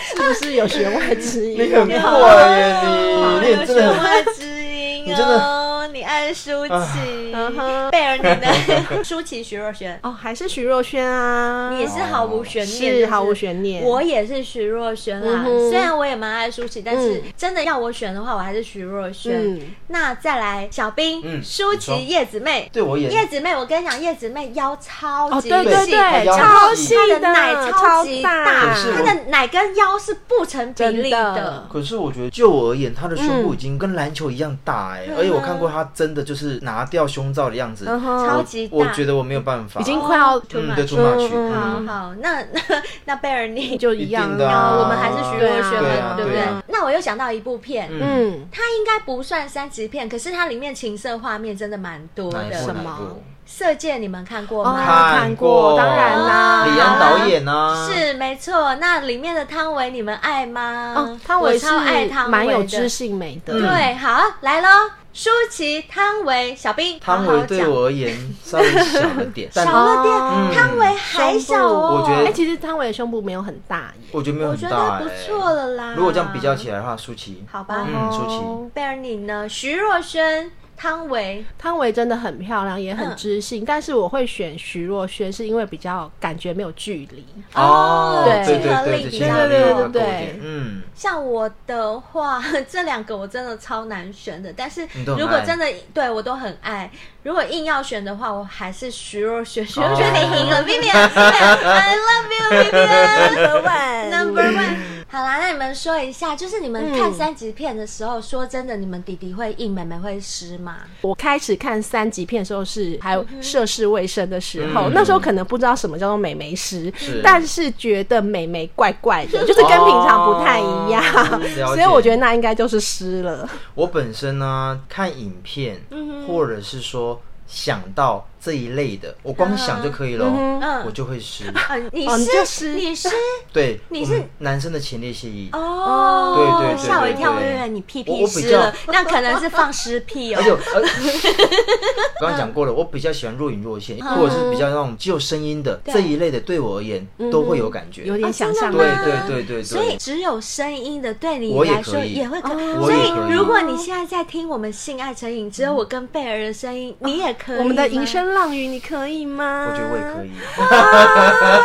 Speaker 2: 是不是有弦外之
Speaker 4: 你
Speaker 2: 音？
Speaker 4: 很过耶，你，你也真的很。
Speaker 1: 爱之音哦，
Speaker 4: 你真的
Speaker 1: 你爱舒淇，
Speaker 2: 嗯哼
Speaker 1: 贝尔你呢？舒淇、徐若瑄，
Speaker 2: 哦，还是徐若瑄啊？
Speaker 1: 你也是毫无悬念，
Speaker 2: 是
Speaker 1: 就
Speaker 2: 毫无悬念
Speaker 1: 我也是徐若瑄啦
Speaker 2: 嗯，哼
Speaker 1: 虽然我也蛮爱舒淇，但是
Speaker 2: 嗯
Speaker 1: 真的要我选的话，我还是徐若瑄
Speaker 2: 嗯。
Speaker 1: 那再来小兵，
Speaker 4: 嗯
Speaker 1: 舒
Speaker 4: 你说
Speaker 1: 淇、叶子妹，
Speaker 4: 对我也
Speaker 1: 叶子妹，我跟你讲，叶子妹腰超
Speaker 2: 哦，
Speaker 1: 级
Speaker 2: 对对
Speaker 1: 细
Speaker 4: 她
Speaker 2: 对，
Speaker 4: 腰
Speaker 2: 超
Speaker 4: 很
Speaker 2: 细
Speaker 4: 细
Speaker 1: 她的
Speaker 2: 的
Speaker 1: 奶超
Speaker 2: 超
Speaker 1: 级
Speaker 4: 可是
Speaker 1: 她
Speaker 4: 我
Speaker 1: 的奶跟腰是不成比例
Speaker 2: 真
Speaker 1: 的
Speaker 2: 的。
Speaker 4: 可是我觉得，就我而言，她的胸部已经跟篮球一样大哎、
Speaker 1: 嗯
Speaker 4: 而且我看过她真的就是拿掉胸罩的样子，
Speaker 2: 嗯哼
Speaker 4: 我
Speaker 1: 超级大
Speaker 4: 我觉得我没有办法，
Speaker 2: 已经快要
Speaker 1: too
Speaker 4: 嗯
Speaker 1: much
Speaker 4: 对出马去，
Speaker 2: 嗯
Speaker 1: 好
Speaker 4: 嗯，
Speaker 1: 好，那 那那贝尔你
Speaker 2: 就一样
Speaker 4: 一定的啊
Speaker 1: 然呃后我们还是徐若瑄
Speaker 4: 对
Speaker 1: 嘛，
Speaker 4: 啊
Speaker 1: 对不对
Speaker 4: 对啊？
Speaker 1: 那我又想到一部片，
Speaker 4: 嗯
Speaker 2: 嗯，
Speaker 1: 它应该不算三级片，可是它里面情色画面真的蛮多
Speaker 4: 哪一
Speaker 1: 的。
Speaker 4: 部
Speaker 2: 什么
Speaker 4: 哪一部？
Speaker 1: 色戒你们看过
Speaker 2: 哦
Speaker 1: 吗？
Speaker 4: 看
Speaker 2: 看过当然
Speaker 1: 啦
Speaker 4: 李安导演啊，
Speaker 1: 是没错，那里面的汤唯你们爱吗？
Speaker 2: 哦，汤唯
Speaker 1: 我
Speaker 2: 是
Speaker 1: 超爱汤唯
Speaker 2: 蛮有
Speaker 1: 的
Speaker 2: 知。性美的，
Speaker 1: 对，好来喽，舒淇、汤唯、小兵，
Speaker 4: 汤
Speaker 1: 好
Speaker 4: 唯
Speaker 1: 好
Speaker 4: 对
Speaker 1: 讲
Speaker 4: 我而言稍微小了点，
Speaker 1: 少
Speaker 4: 但
Speaker 1: 了点，
Speaker 2: 哦
Speaker 1: 汤唯还小哦。
Speaker 4: 我觉得
Speaker 2: 哎，其实汤唯的胸部没有很大耶，
Speaker 4: 我觉得没有
Speaker 1: 我
Speaker 4: 很
Speaker 1: 觉
Speaker 4: 大
Speaker 1: 得
Speaker 4: 哎、
Speaker 1: 不错了啦。
Speaker 4: 如果这样比较起来的话，舒淇
Speaker 1: 好吧
Speaker 2: 哦
Speaker 4: 嗯，舒淇。
Speaker 1: 贝尔你呢？徐若瑄、汤唯，
Speaker 2: 汤唯真的很漂亮，也很知性，但是我会选徐若瑄，是因为比较感觉没有距离。
Speaker 1: 哦
Speaker 4: 对
Speaker 2: 对
Speaker 4: 对
Speaker 1: 对
Speaker 4: 对
Speaker 1: 对
Speaker 4: 对
Speaker 2: 对
Speaker 4: 对
Speaker 2: 对对
Speaker 4: 嗯，
Speaker 1: 像我的话， 这两个我真的超难选的。但是
Speaker 4: 你都很
Speaker 1: 如果
Speaker 4: 爱
Speaker 1: 真的对我都很爱，如果硬要选的话，我还是徐若瑄。徐
Speaker 4: 哦
Speaker 1: 若瑄，你赢了，Vivian，I love you，Vivian。Number one，好啦，那你们说一下，就是你们看
Speaker 2: 嗯
Speaker 1: 三级片的时候，说真的，你们弟弟会硬，妹妹会湿吗？
Speaker 2: 我开始看三级片的时候是还有涉世未深的时候，
Speaker 4: 嗯
Speaker 2: 那时候可能不知道什么叫做美眉师
Speaker 4: 是，
Speaker 2: 但是觉得美眉怪怪的，就是跟平常不太一样，
Speaker 4: 哦了解
Speaker 2: 所以我觉得那应该就是湿了。
Speaker 4: 我本身呢看影片，
Speaker 1: 嗯
Speaker 4: 或者是说想到这一类的，我光想就可以了
Speaker 2: 嗯，
Speaker 1: 哼
Speaker 4: 我就会湿。
Speaker 1: 啊，你
Speaker 2: 哦你
Speaker 1: 是、
Speaker 2: 就是
Speaker 1: 你是
Speaker 4: 对，
Speaker 1: 你
Speaker 4: 我们
Speaker 1: 是
Speaker 4: 男生的前列腺液，
Speaker 1: 哦，
Speaker 4: 对对对对
Speaker 1: 吓我一跳，我以
Speaker 4: 对
Speaker 1: 为你屁
Speaker 4: 我
Speaker 1: 屁
Speaker 4: 我比
Speaker 1: 湿
Speaker 4: 较
Speaker 1: 了，那可能是放湿屁哦
Speaker 4: 而。且我而我刚刚讲过了，我比较喜欢若隐若现，或者是比较那种只有声音的
Speaker 1: 嗯对嗯
Speaker 4: 这一类的，对我而言都会有感觉。
Speaker 2: 有点想象
Speaker 1: 哦
Speaker 2: 力。
Speaker 1: 真
Speaker 4: 对
Speaker 1: 的吗
Speaker 4: 对对对
Speaker 1: 所以
Speaker 4: 对，
Speaker 1: 只有声音的对你
Speaker 4: 我也
Speaker 1: 来说
Speaker 4: 可以
Speaker 1: 也会可，
Speaker 2: 哦
Speaker 1: 所
Speaker 4: 我也
Speaker 1: 以
Speaker 4: 可以
Speaker 1: 如果你现在在听我们性爱成瘾，只有我跟贝儿的声
Speaker 4: 啊
Speaker 1: 音，你也可以吗。
Speaker 2: 我们的银声浪语，你可以吗？
Speaker 4: 我觉得我也可以。
Speaker 1: 啊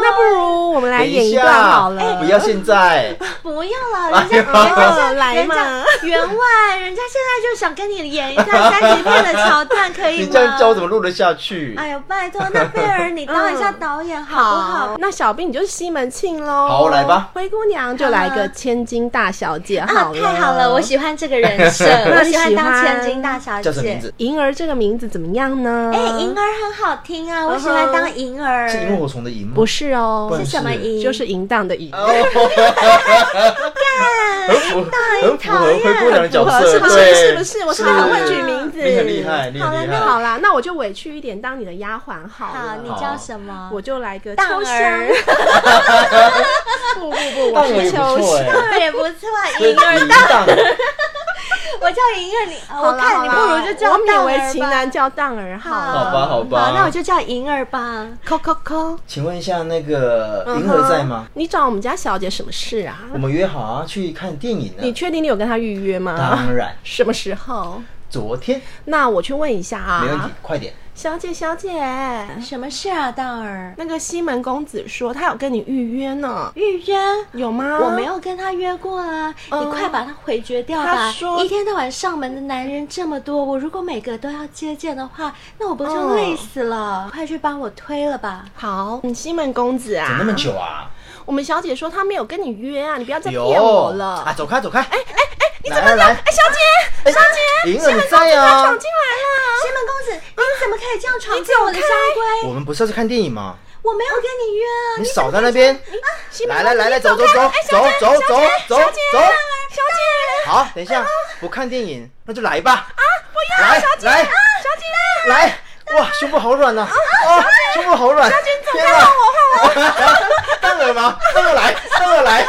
Speaker 2: 那不如我们来
Speaker 4: 等
Speaker 2: 演
Speaker 4: 一
Speaker 2: 一段
Speaker 4: 下，
Speaker 2: 好了。
Speaker 4: 不要现在。
Speaker 1: 不要了，人家
Speaker 4: 哎
Speaker 1: 人
Speaker 4: 呦
Speaker 1: 家是
Speaker 2: 来
Speaker 1: 人
Speaker 2: 嘛
Speaker 1: 家员外，人家现在就想跟你演一段三级片的桥段，可以
Speaker 4: 你
Speaker 1: 吗？
Speaker 4: 这样教我怎么录得下去？
Speaker 1: 哎呦，拜托，那贝儿你当一下导演好不好？
Speaker 2: 那小兵你就是西门庆喽。
Speaker 4: 好来吧
Speaker 2: 灰姑娘就来一
Speaker 1: 好啊
Speaker 2: 个千金大小姐
Speaker 1: 啊
Speaker 2: 好，了。
Speaker 1: 太好了，我喜欢这个人 设，我喜欢当千金大小
Speaker 4: 叫什么名
Speaker 1: 姐。
Speaker 4: 字？
Speaker 2: 银儿这个名字怎么样呢？
Speaker 1: 哎，银儿很好听
Speaker 2: 嗯
Speaker 1: 啊，我喜欢当银儿。
Speaker 4: 是萤火虫的萤吗？
Speaker 2: 不是哦，
Speaker 4: 不
Speaker 1: 是什么银？
Speaker 2: 就是淫荡的淫。
Speaker 4: 哦，很符合，很符合灰姑娘的角色，
Speaker 2: 是不是？
Speaker 4: 对
Speaker 2: 是不是？我是不是很会取名字？
Speaker 4: 你很厉害，。你很厉害。
Speaker 2: 好啦，那我就委屈一点，当你的丫鬟好
Speaker 1: 好，
Speaker 2: 了。
Speaker 1: 你
Speaker 4: 好
Speaker 1: 叫什么？
Speaker 2: 我就来个
Speaker 1: 当
Speaker 2: 秋香。
Speaker 1: 儿
Speaker 2: 不不不，我
Speaker 4: 当然
Speaker 2: 是
Speaker 4: 也不
Speaker 2: 秋
Speaker 4: 错
Speaker 2: 香。
Speaker 4: 哎，
Speaker 1: 当儿也不错，
Speaker 4: 所以
Speaker 1: 银儿
Speaker 4: 淫荡，
Speaker 1: 我叫莹 儿，你哦
Speaker 2: 好
Speaker 1: 我
Speaker 2: 啦
Speaker 1: 看你
Speaker 2: 好
Speaker 1: 不
Speaker 2: 啦
Speaker 1: 如就叫
Speaker 2: 我勉
Speaker 1: 大
Speaker 2: 为啊
Speaker 1: 儿
Speaker 2: 其
Speaker 1: 吧
Speaker 2: 难叫荡儿好
Speaker 1: 好
Speaker 2: 了。
Speaker 4: 好吧，好吧。
Speaker 1: 好，那我就叫莹儿吧。
Speaker 2: 扣扣扣，
Speaker 4: 请问一下，那个银儿在吗？
Speaker 2: 嗯你找我们家小姐什么事啊？
Speaker 4: 我们约好啊，去看电影呢
Speaker 2: 你。确定你有跟她预约吗？
Speaker 4: 当然，
Speaker 2: 什么时候？
Speaker 4: 昨天
Speaker 2: 那我去问一下啊。
Speaker 4: 没问题，快点。
Speaker 2: 小姐，小姐，
Speaker 1: 什么事啊，道儿？
Speaker 2: 那个西门公子说他有跟你预约呢，
Speaker 1: 预约？
Speaker 2: 有吗？
Speaker 1: 我没。有跟他约过啊，
Speaker 2: 啊嗯
Speaker 1: 你快把他回绝掉
Speaker 2: 他
Speaker 1: 吧！
Speaker 2: 说
Speaker 1: 一天到晚上门的男人这么多，我如果每个都要接见的话，那我不就
Speaker 2: 嗯
Speaker 1: 累死了？快去帮我推了吧！
Speaker 2: 好，你西门公子
Speaker 4: 等
Speaker 2: 啊
Speaker 4: 那，么久啊？
Speaker 2: 我们小姐说她没有跟你约啊，你不要再骗
Speaker 4: 有
Speaker 2: 我了。
Speaker 4: 啊！走开，走开！哎哎哎，你
Speaker 2: 怎么
Speaker 4: 来
Speaker 2: 了？
Speaker 4: 来
Speaker 2: 哎，小姐，
Speaker 4: 哎
Speaker 2: 小姐，
Speaker 4: 莹
Speaker 2: 西
Speaker 4: 儿
Speaker 2: 门
Speaker 4: 你
Speaker 2: 公子
Speaker 4: 在
Speaker 2: 他
Speaker 4: 啊
Speaker 2: 闯？进来
Speaker 1: 西门公子，你怎么可以这样闯进我的家规？
Speaker 4: 我们不是要去看电影吗？
Speaker 1: 我没有跟你约啊！
Speaker 4: 你少在那边！
Speaker 2: 了。
Speaker 4: 来来来来，走走走走
Speaker 1: 哎
Speaker 4: 走走走走！
Speaker 2: 小姐，
Speaker 4: 好，等一下，不看电影，那就来吧。啊，不要，来来，小姐，来。哇，胸部好软呐！啊，胸部好软！小姐，你走开，我看我。 当然吗？当然来，当然来。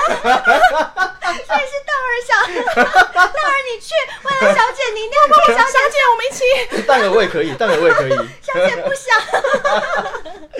Speaker 1: 这是 道儿小，道儿你去，为了小姐，你一定要跟我
Speaker 2: 小
Speaker 1: 小
Speaker 2: 姐，我们一起。
Speaker 4: 蛋壳我也可以，蛋壳我也可以。
Speaker 1: 小姐不想。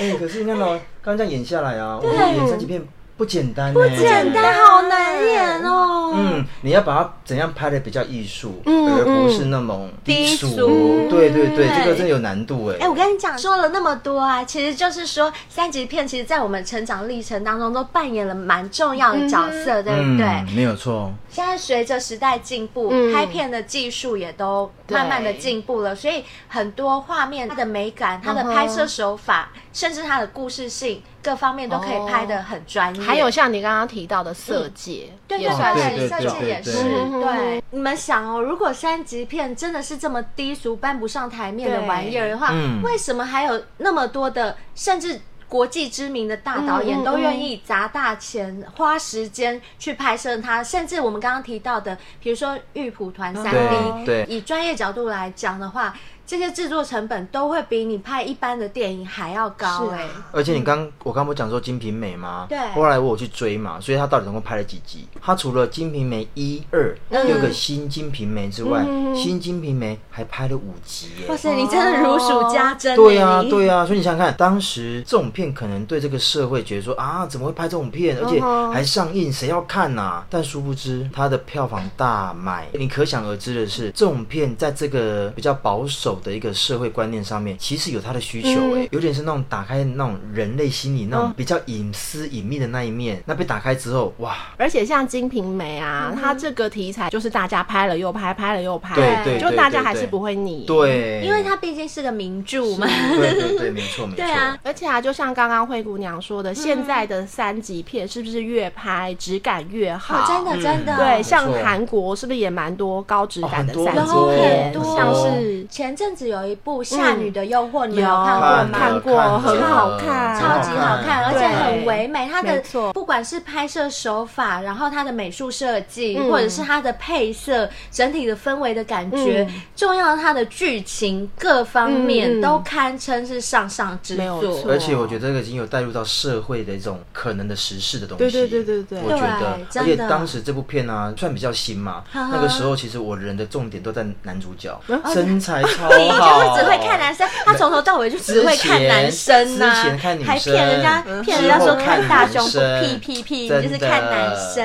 Speaker 4: 哎、可是你看到刚这样演下来啊，我们演三级片不简单、欸，
Speaker 1: 不简单，好难演哦。
Speaker 4: 嗯，你要把它怎样拍的比较艺术，
Speaker 2: 嗯
Speaker 4: 而不是那种
Speaker 1: 低
Speaker 4: 嗯俗。
Speaker 1: 俗
Speaker 4: 对对对，
Speaker 1: 对
Speaker 4: 这个真的有难度哎、
Speaker 1: 哎、我跟你讲，说了那么多啊，其实就是说三级片，其实在我们成长历程当中都扮演了蛮重要的角色，对不对？
Speaker 4: 嗯、没有错。
Speaker 1: 现在随着时代进步，
Speaker 2: 嗯
Speaker 1: 拍片的技术也都慢慢的进步了，所以很多画面它的美感、
Speaker 2: 嗯
Speaker 1: 它的拍摄手法，甚至它的故事性各方面都可以拍得很专业。
Speaker 2: 还有像你刚刚提到的色戒，
Speaker 1: 对
Speaker 2: 也
Speaker 1: 对
Speaker 2: 算
Speaker 4: 对
Speaker 1: 对，
Speaker 4: 对
Speaker 1: 设
Speaker 4: 对
Speaker 1: 计也
Speaker 4: 对
Speaker 1: 是
Speaker 2: 对
Speaker 1: 对。你们想哦，如果三级片真的是这么低俗、搬不上台面的
Speaker 2: 对
Speaker 1: 玩意儿的话，
Speaker 4: 嗯
Speaker 1: 为什么还有那么多的甚至？国际知名的大导
Speaker 2: 嗯嗯
Speaker 1: 演
Speaker 2: 嗯
Speaker 1: 都愿意砸大钱、花时间去拍摄它，甚至我们刚刚提到的，比如说《玉蒲团三 D》，
Speaker 4: 对对
Speaker 1: 以专业角度来讲的话，这些制作成本都会比你拍一般的电影还要高
Speaker 2: 是啊
Speaker 1: 哎、
Speaker 4: 而且你刚我刚不讲说《金瓶梅》吗？
Speaker 1: 对
Speaker 4: 后来我有去追嘛，所以它到底总共拍了几集？它除了《金瓶梅》一二，有个新《金瓶梅》之外，新《金瓶梅》还拍了五集耶！
Speaker 1: 哇塞，你真的如数家珍、哎
Speaker 4: 对呀、啊，
Speaker 1: 你
Speaker 4: 对呀、啊，所以你想想看，当时这种片可能对这个社会觉得说啊，怎么会拍这种片，
Speaker 1: 嗯
Speaker 4: 而且还上映，谁要看呐、但殊不知它的票房大卖，你可想而知的是，这种片在这个比较保守的一个社会观念上面，其实有它的需求、
Speaker 1: 嗯
Speaker 4: 欸，有点是那种打开那种人类心里那种比较隐私隐秘的那一面，那被打开之后，哇，
Speaker 2: 而且像《金瓶梅》啊，
Speaker 4: 嗯
Speaker 2: 它这个题材就是大家拍了又拍，拍了又拍，
Speaker 4: 对对，
Speaker 2: 就
Speaker 4: 对
Speaker 2: 大家还
Speaker 4: 对
Speaker 2: 是不会腻。。
Speaker 4: 对，
Speaker 1: 因为它毕竟是个名著嘛。
Speaker 4: 对对对，没错没 错，
Speaker 1: 对啊，
Speaker 2: 而且啊，就像刚刚灰姑娘说的，现在的三级片是不是越拍质感越好？
Speaker 1: 哦，真的
Speaker 4: 嗯
Speaker 1: 真的，
Speaker 2: 对，
Speaker 4: 没
Speaker 2: 像
Speaker 4: 错
Speaker 2: 韩国是不是也蛮多高质感的
Speaker 4: 哦
Speaker 1: 有
Speaker 4: 很多嗯
Speaker 2: 三级
Speaker 1: 很
Speaker 2: 片？
Speaker 1: 多，
Speaker 2: 像是
Speaker 1: 前阵子有一部《夏女的诱惑》，你们
Speaker 2: 嗯有
Speaker 1: 有看过
Speaker 4: 看
Speaker 1: 吗？
Speaker 2: 看
Speaker 4: 了
Speaker 2: 过
Speaker 4: 看
Speaker 2: 很
Speaker 4: 了
Speaker 2: 好看
Speaker 1: 超级好看，而
Speaker 4: 很好看
Speaker 1: 且很唯美。它的
Speaker 2: 没错
Speaker 1: 不管是拍摄手法，然后它的美术设计，
Speaker 2: 嗯
Speaker 1: 或者是它的配色，整体的氛围的感觉
Speaker 2: 嗯，
Speaker 1: 重要的它的剧情各方面
Speaker 2: 嗯嗯
Speaker 1: 都堪称是上上之
Speaker 2: 没有
Speaker 1: 作。
Speaker 2: 错
Speaker 4: 而且我觉得这个已经有带入到社会的一种可能的时事的东西。
Speaker 2: 对对对对对
Speaker 4: 我觉得，
Speaker 1: 对
Speaker 4: 而且
Speaker 1: 真的
Speaker 4: 当时这部片啊，算比较新嘛，
Speaker 1: 哈哈
Speaker 4: 那个时候其实我人的重点都在男主角，
Speaker 2: 嗯
Speaker 4: 身材超
Speaker 1: 你就
Speaker 4: 好，
Speaker 1: 是只会看男啊生，他从头到尾就只会看男生呐、
Speaker 4: 之前看女生
Speaker 1: 还骗人家
Speaker 4: 嗯
Speaker 1: 骗人家说看大胸部
Speaker 4: 之后看
Speaker 1: 屁
Speaker 4: 女生
Speaker 1: 屁屁，
Speaker 4: 真
Speaker 1: 你
Speaker 4: 的
Speaker 1: 就是看男生。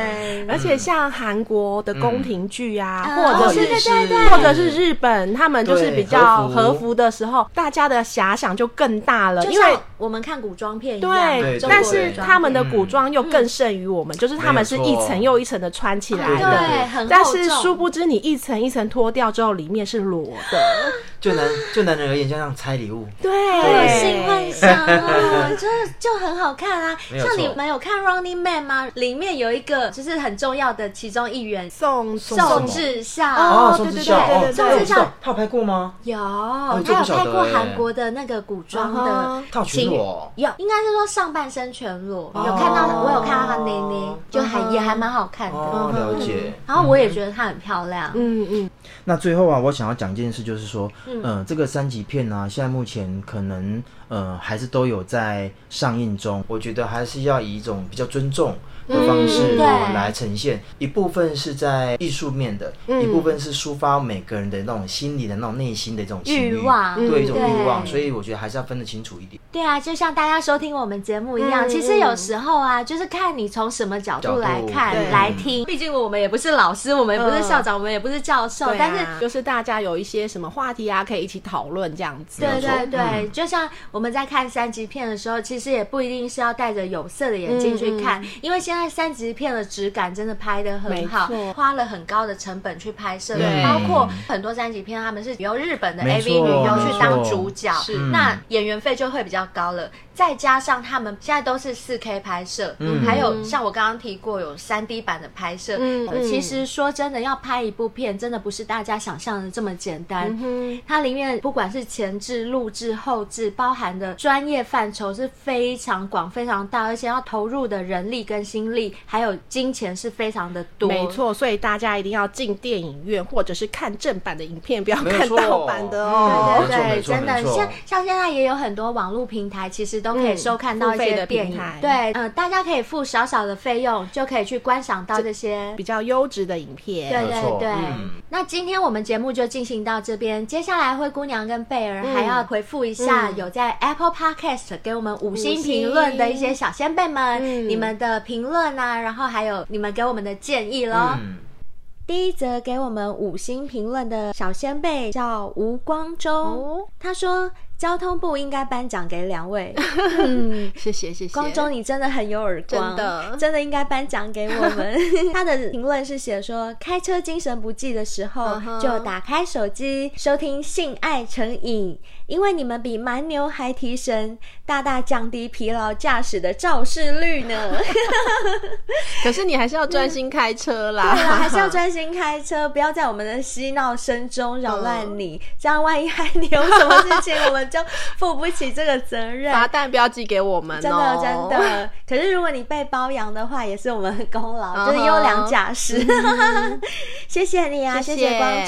Speaker 2: 而且像韩国的宫廷剧啊，
Speaker 1: 嗯
Speaker 2: 或
Speaker 1: 哦
Speaker 2: 者
Speaker 1: 对
Speaker 2: 是
Speaker 1: 对
Speaker 4: 对对
Speaker 2: 或者是日本，他们就是
Speaker 4: 对
Speaker 2: 比较
Speaker 4: 和服
Speaker 2: 和服的时候，大家的遐想就更大了，
Speaker 1: 就
Speaker 2: 因为
Speaker 1: 像。我们看古装片一样，
Speaker 2: 对，
Speaker 1: 中国的
Speaker 2: 但是
Speaker 1: 古装
Speaker 2: 他们的古装又更胜于我们，就是他们是
Speaker 4: 没
Speaker 2: 一
Speaker 4: 有错
Speaker 2: 层又一层的穿起来
Speaker 4: 对对
Speaker 2: 的，
Speaker 1: 对，很厚重
Speaker 2: 但是殊不知你一层一层脱掉之后，里面是裸的，
Speaker 4: 就男就男人而言，就像拆礼物，
Speaker 1: 恶
Speaker 2: 对，
Speaker 1: 性幻想哦，就是就很好看啊。
Speaker 4: 没有错
Speaker 1: 像你们有看《Running Man》吗？里面有一个就是很重要的其中一员
Speaker 2: 宋
Speaker 4: 宋什
Speaker 1: 宋
Speaker 4: 么
Speaker 1: 智孝，
Speaker 4: 哦，
Speaker 2: 哦
Speaker 4: 宋智
Speaker 2: 对对对
Speaker 4: 孝，
Speaker 2: 对对
Speaker 4: 哦，哎我
Speaker 1: 宋智
Speaker 4: 知
Speaker 1: 孝
Speaker 4: 道他有拍过吗？
Speaker 1: 有，他
Speaker 4: 这
Speaker 1: 有
Speaker 4: 不晓
Speaker 1: 拍
Speaker 4: 得
Speaker 1: 过
Speaker 4: 欸
Speaker 1: 韩国的那个古装
Speaker 2: 啊
Speaker 1: 的
Speaker 2: 哈
Speaker 4: 他有全
Speaker 1: 情侣
Speaker 4: 裸
Speaker 1: 有，应该是说上半身全裸，
Speaker 4: 哦
Speaker 1: 有看到我有看到她妮妮，就还也还蛮好看的。嗯
Speaker 4: 哦，了解。
Speaker 1: 然后我也觉得她很漂亮，
Speaker 2: 嗯嗯，
Speaker 4: 那最后啊，我想要讲一件事，就是说，嗯、这个三级片呢、啊，现在目前可能呃还是都有在上映中。我觉得还是要以一种比较尊重的方式
Speaker 1: 嗯对
Speaker 4: 来呈现，一部分是在艺术面的，
Speaker 1: 嗯
Speaker 4: 一部分是抒发每个人的那种心理的那种内心的这种情
Speaker 1: 欲望
Speaker 4: 对一种欲望，
Speaker 1: 对
Speaker 4: 所以我觉得还是要分得清楚一点。
Speaker 1: 对啊，就像大家收听我们节目一样，
Speaker 2: 嗯
Speaker 1: 其实有时候啊，就是看你从什么角
Speaker 4: 角
Speaker 1: 度
Speaker 4: 度
Speaker 1: 来看、
Speaker 2: 对
Speaker 1: 来听。毕竟我们也不是老师，我们也不是
Speaker 2: 嗯
Speaker 1: 校长，我们也不是教授，
Speaker 2: 对啊
Speaker 1: 但是。
Speaker 2: 就是大家有一些什么话题啊，可以一起讨论这样子。嗯
Speaker 1: 对
Speaker 4: 没
Speaker 1: 对
Speaker 4: 有错
Speaker 1: 对，就像我们在看三级片的时候，其实也不一定是要戴着有色的眼镜去
Speaker 2: 嗯
Speaker 1: 看，因为现在三级片的质感真的拍的很好
Speaker 2: 没错，
Speaker 1: 花了很高的成本去拍摄
Speaker 2: 对，
Speaker 1: 包括很多三级片他们是由日本的
Speaker 4: 没
Speaker 1: AV
Speaker 4: 错
Speaker 1: 女优去当
Speaker 4: 没错
Speaker 1: 主角
Speaker 2: 是，
Speaker 1: 那演员费就会比较高了。再加上他们现在都是四 K 拍摄，还有像我刚刚提过有三 D 版的拍摄，
Speaker 2: 嗯
Speaker 1: 呃
Speaker 2: 嗯
Speaker 1: 其实说真的，要拍一部片真的不是大家想象的这么简单。
Speaker 2: 嗯
Speaker 1: 它里面不管是前置、录制、后置，包含的专业范畴是非常广、非常大，而且要投入的人力跟心力，还有金钱是非常的
Speaker 2: 哼，
Speaker 1: 多。
Speaker 2: 没，错，所以大家一定要进电影院或者是看正版的影片，不要
Speaker 4: 没有
Speaker 2: 看
Speaker 4: 错
Speaker 2: 盗版的哦。
Speaker 1: 对
Speaker 4: 嗯
Speaker 1: 对对，
Speaker 4: 没错
Speaker 1: 真的
Speaker 4: 没错
Speaker 1: 像像现在也有很多网络平台，其实都可以
Speaker 2: 嗯
Speaker 1: 收看到一
Speaker 2: 付费
Speaker 1: 些
Speaker 2: 的
Speaker 1: 电
Speaker 2: 平
Speaker 1: 影。
Speaker 2: 台
Speaker 1: 对，嗯、大家可以付少少的费用，就可以去观赏到这些
Speaker 2: 比较优质的影片。
Speaker 1: 对
Speaker 4: 没
Speaker 1: 对
Speaker 4: 错
Speaker 1: 对，
Speaker 4: 嗯
Speaker 1: 那今天我们节目就进行到这边，接下来灰姑娘跟贝儿
Speaker 4: 嗯
Speaker 1: 还要回复一下
Speaker 2: 嗯
Speaker 1: 有在 Apple Podcast 给我们五星
Speaker 2: 星
Speaker 1: 评论的一些小先辈们，
Speaker 2: 嗯
Speaker 1: 你们的评论啊，然后还有你们给我们的建议喽。
Speaker 4: 嗯，
Speaker 1: 第一则给我们五星评论的小先辈叫吴光中，
Speaker 2: 哦
Speaker 1: 他说交通部应该颁奖给两 位，
Speaker 2: 嗯，谢谢谢谢。
Speaker 1: 光中，你真的很有耳光，
Speaker 2: 真的
Speaker 1: 真的应该颁奖给我 们。他的评论是写说，开车精神不济的时候
Speaker 2: 嗯哼
Speaker 1: 就打开手机收听《性爱成瘾》，因为你们比蛮牛还提神，大大降低疲劳驾驶的肇事率 呢。
Speaker 2: 可是你还是要专心开车啦，
Speaker 1: 对了，啊还是要专心开车，不要在我们的嬉闹声中扰乱你， 这样万一还你有什么事情，我们就负不起这个责任。
Speaker 2: 罚单不要寄给我们
Speaker 1: 真的
Speaker 2: 哦，
Speaker 1: 真的。 可是如果你被包养的话，也是我们的功劳，
Speaker 2: 嗯哼
Speaker 1: 就是优良假释。 谢谢你啊，谢
Speaker 2: 嗯谢谢
Speaker 1: 谢光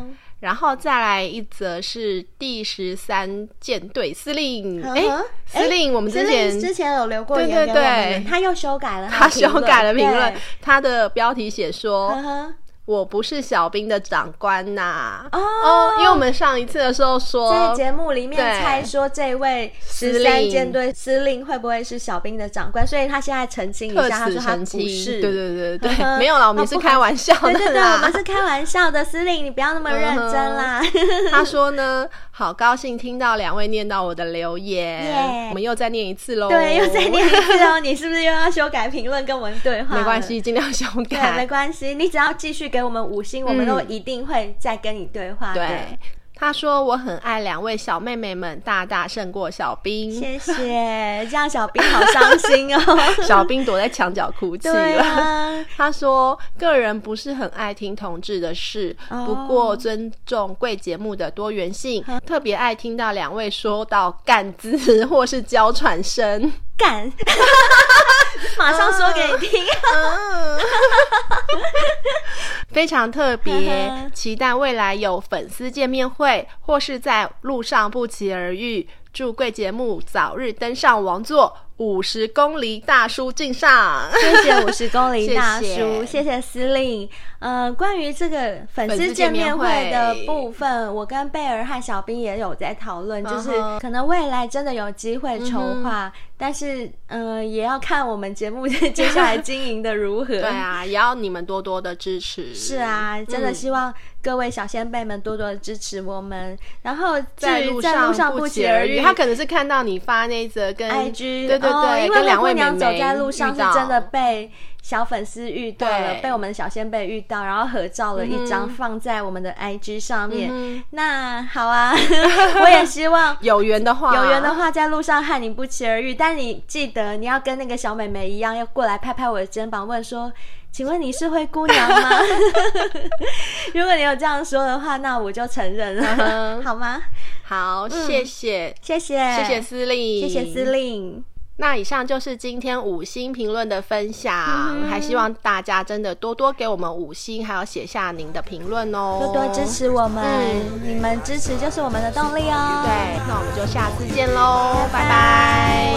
Speaker 1: 中。
Speaker 2: 然后再来一则是第十三舰队司令，
Speaker 1: 嗯哼
Speaker 2: 哎、司令，我们之前
Speaker 1: 之之前有留过
Speaker 2: 对
Speaker 1: 言
Speaker 2: 对
Speaker 1: 给我们
Speaker 2: 对
Speaker 1: 他又修改了
Speaker 2: 他
Speaker 1: 的评
Speaker 2: 修
Speaker 1: 论
Speaker 2: 改了评论
Speaker 1: 对，
Speaker 2: 他的标题写
Speaker 1: 嗯
Speaker 2: 说
Speaker 1: 哼，：“
Speaker 2: 我不是小兵的长官呐、
Speaker 1: 哦
Speaker 2: 哦，因为我们上一次的时候
Speaker 1: 在
Speaker 2: 说，
Speaker 1: 节目里面
Speaker 2: 对
Speaker 1: 猜说这位十
Speaker 2: 司
Speaker 1: 三
Speaker 2: 令
Speaker 1: 舰队司令会不会是小兵的长官，所以他现在澄清一
Speaker 2: 特
Speaker 1: 下，他
Speaker 2: 此
Speaker 1: 说他
Speaker 2: 澄
Speaker 1: 不
Speaker 2: 清，
Speaker 1: 是。
Speaker 2: 对对对对，
Speaker 1: 嗯哼
Speaker 2: 没有啦，我们
Speaker 1: 哦
Speaker 2: 是
Speaker 1: 不
Speaker 2: 开玩笑的
Speaker 1: 对对
Speaker 2: 啦。
Speaker 1: 对，我们是开玩笑的，司令你不要那么认真啦。
Speaker 2: 嗯他说呢，好高兴听到两位念到我的留言
Speaker 1: 耶
Speaker 2: 我们又再念一次喽。
Speaker 1: 对，又再念一次哦，你是不是又要修改评论跟我们对话？
Speaker 2: 没关。系，尽量修
Speaker 1: 对，
Speaker 2: 改，
Speaker 1: 没关系，你只要继续给我们五星，我们都一定会再跟你对话的。
Speaker 2: 嗯对，他说我很爱两位小妹妹们，大大胜过小兵。
Speaker 1: 谢谢，这样小兵好伤 心哦。
Speaker 2: 小兵躲在墙角哭泣
Speaker 1: 对
Speaker 2: 了。
Speaker 1: 啊，
Speaker 2: 他说个人不是很爱听同志的事，
Speaker 1: 哦
Speaker 2: 不过尊重贵节目的多 元性，特别爱听到两位说到干字或是娇喘声。
Speaker 1: 干，马上说给你听。
Speaker 2: 非常特
Speaker 1: 呵
Speaker 2: 别
Speaker 1: 呵，
Speaker 2: 期待未来有粉丝见面会，或是在路上不期而遇。祝贵节目早日登上王座，五十公里大叔敬上。
Speaker 1: 谢谢五十公 里大叔，
Speaker 2: 谢谢
Speaker 1: 谢谢司令。呃，关于这个粉丝
Speaker 2: 粉丝
Speaker 1: 见
Speaker 2: 见
Speaker 1: 面
Speaker 2: 面会
Speaker 1: 会的部分，我跟贝儿和小兵也有在讨论，就是
Speaker 2: 嗯哼嗯
Speaker 1: 可能未来真的有机会筹划，但是呃，也要看我们节目接下来经营的如何。
Speaker 2: 对。啊，也嗯要你们多多的支持。
Speaker 1: 是，啊，真的希望各位小先辈们多多地支持我们。然后至
Speaker 2: 在
Speaker 1: 于
Speaker 2: 路
Speaker 1: 在路上
Speaker 2: 不
Speaker 1: 期
Speaker 2: 期
Speaker 1: 而
Speaker 2: 而
Speaker 1: 遇，
Speaker 2: 遇。他可能是看到你发那则跟
Speaker 1: IG，
Speaker 2: 对对
Speaker 1: 哦
Speaker 2: 对，
Speaker 1: 因为
Speaker 2: 跟两
Speaker 1: 灰姑
Speaker 2: 位妹
Speaker 1: 娘
Speaker 2: 妹
Speaker 1: 走在路上
Speaker 2: 遇
Speaker 1: 是
Speaker 2: 到
Speaker 1: 真的被小粉丝遇到了，
Speaker 2: 对
Speaker 1: 被我们的小先辈遇到，然后合照了一张
Speaker 2: 嗯哼
Speaker 1: 放在我们的 IG 上面。
Speaker 2: 嗯哼
Speaker 1: 那好啊， 我也希 望。
Speaker 2: 有缘的话，
Speaker 1: 有缘的话，在路上和你不期而遇，但你记得你要跟那个小美眉一样，要过来拍拍我的肩膀，问说：“请问你是灰姑娘吗？” 如果你有这样说的话，那我就承认了，
Speaker 2: 嗯哼
Speaker 1: 好吗？
Speaker 2: 好，谢谢，
Speaker 1: 谢谢，
Speaker 2: 谢谢司令，
Speaker 1: 嗯谢谢司。令。
Speaker 2: 那以上就是今天五星评论的分享，
Speaker 1: 嗯
Speaker 2: 还希望大家真的多多给我们五星，还有写下您的评论哦，
Speaker 1: 多多支。持我们，
Speaker 2: 嗯
Speaker 1: 你们支持就是我们的动力哦。
Speaker 2: 对，那我们就下次见喽，拜拜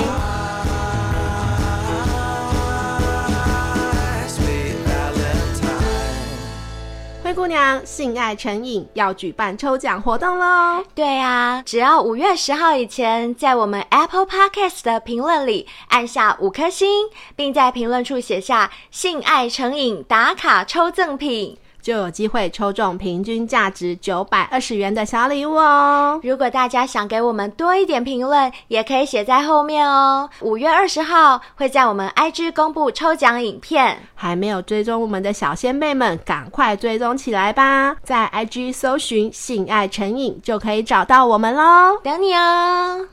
Speaker 2: 灰姑娘性爱成瘾要举办抽奖活动喽！
Speaker 1: 对啊，只要五月十号以前，在我们 Apple Podcast 的评论里按下五颗星，并在评论处写下“性爱成瘾打卡抽赠品
Speaker 2: 就有机会抽中平均价值九百二十元的小礼物哦”。。
Speaker 1: 如果大家想给我们多一点评论，也可以写在后面哦。五月二十号会在我们 IG 公布抽奖影片。
Speaker 2: 还没有追踪我们的小先辈们，赶快追踪起来吧！在 IG 搜寻“性爱成瘾”就可以找到我们喽。
Speaker 1: 等你哦。